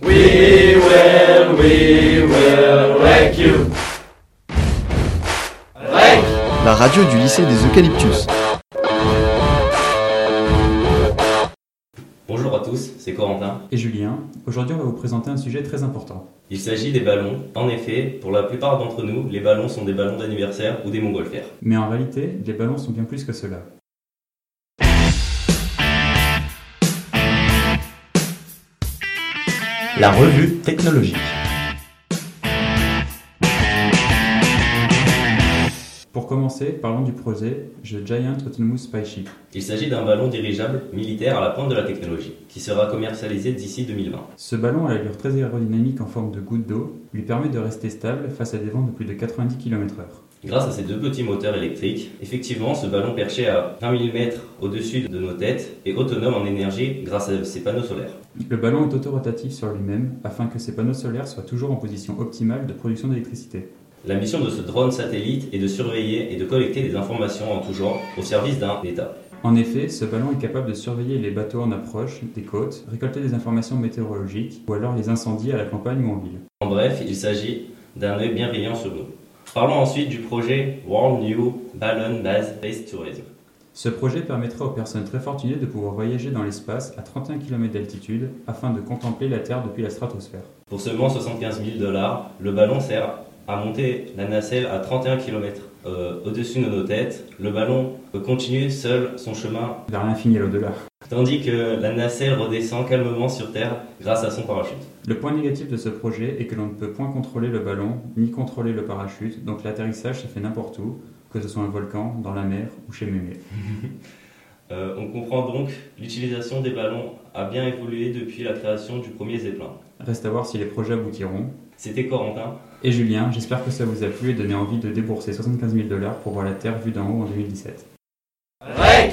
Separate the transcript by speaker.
Speaker 1: We will, we will wreck you. Wreck.
Speaker 2: La radio du lycée des Eucalyptus.
Speaker 3: Bonjour à tous, c'est Corentin.
Speaker 4: et Julien. Aujourd'hui, on va vous présenter un sujet très important.
Speaker 3: Il s'agit des ballons. En effet, pour la plupart d'entre nous, les ballons sont des ballons d'anniversaire ou des montgolfières.
Speaker 4: Mais en réalité, les ballons sont bien plus que cela.
Speaker 3: La revue technologique.
Speaker 4: Pour commencer, parlons du projet The Giant Autonomous Spyship.
Speaker 3: Il s'agit d'un ballon dirigeable militaire à la pointe de la technologie, qui sera commercialisé d'ici 2020.
Speaker 4: Ce ballon à l'allure très aérodynamique en forme de goutte d'eau lui permet de rester stable face à des vents de plus de 90 km/h.
Speaker 3: Grâce à ces deux petits moteurs électriques, effectivement, ce ballon perché à 20 000 mètres au-dessus de nos têtes est autonome en énergie grâce à ses panneaux solaires.
Speaker 4: Le ballon est autorotatif sur lui-même afin que ses panneaux solaires soient toujours en position optimale de production d'électricité.
Speaker 3: La mission de ce drone satellite est de surveiller et de collecter des informations en tout genre au service d'un État.
Speaker 4: En effet, ce ballon est capable de surveiller les bateaux en approche des côtes, récolter des informations météorologiques ou alors les incendies à la campagne ou en ville.
Speaker 3: En bref, il s'agit d'un œil bienveillant sur nous. Parlons ensuite du projet World New Ballon Base Space Tourism.
Speaker 4: Ce projet permettra aux personnes très fortunées de pouvoir voyager dans l'espace à 31 km d'altitude afin de contempler la Terre depuis la stratosphère.
Speaker 3: Pour seulement 75 000 dollars, le ballon sert à monter la nacelle à 31 km euh, au-dessus de nos têtes. Le ballon peut continuer seul son chemin,
Speaker 4: Vers l'infini et l'au-delà.
Speaker 3: tandis que la nacelle redescend calmement sur Terre grâce à son parachute.
Speaker 4: Le point négatif de ce projet est que l'on ne peut point contrôler le ballon, ni contrôler le parachute, donc l'atterrissage se fait n'importe où, que ce soit un volcan, dans la mer ou chez Mémé.
Speaker 3: Euh, on comprend donc l'utilisation des ballons a bien évolué depuis la création du premier Zeppelin.
Speaker 4: Reste à voir si les projets aboutiront.
Speaker 3: C'était Corentin.
Speaker 4: Et Julien, j'espère que ça vous a plu et donné envie de débourser 75 000 dollars pour voir la Terre vue d'en haut en 2017.
Speaker 1: Wreck.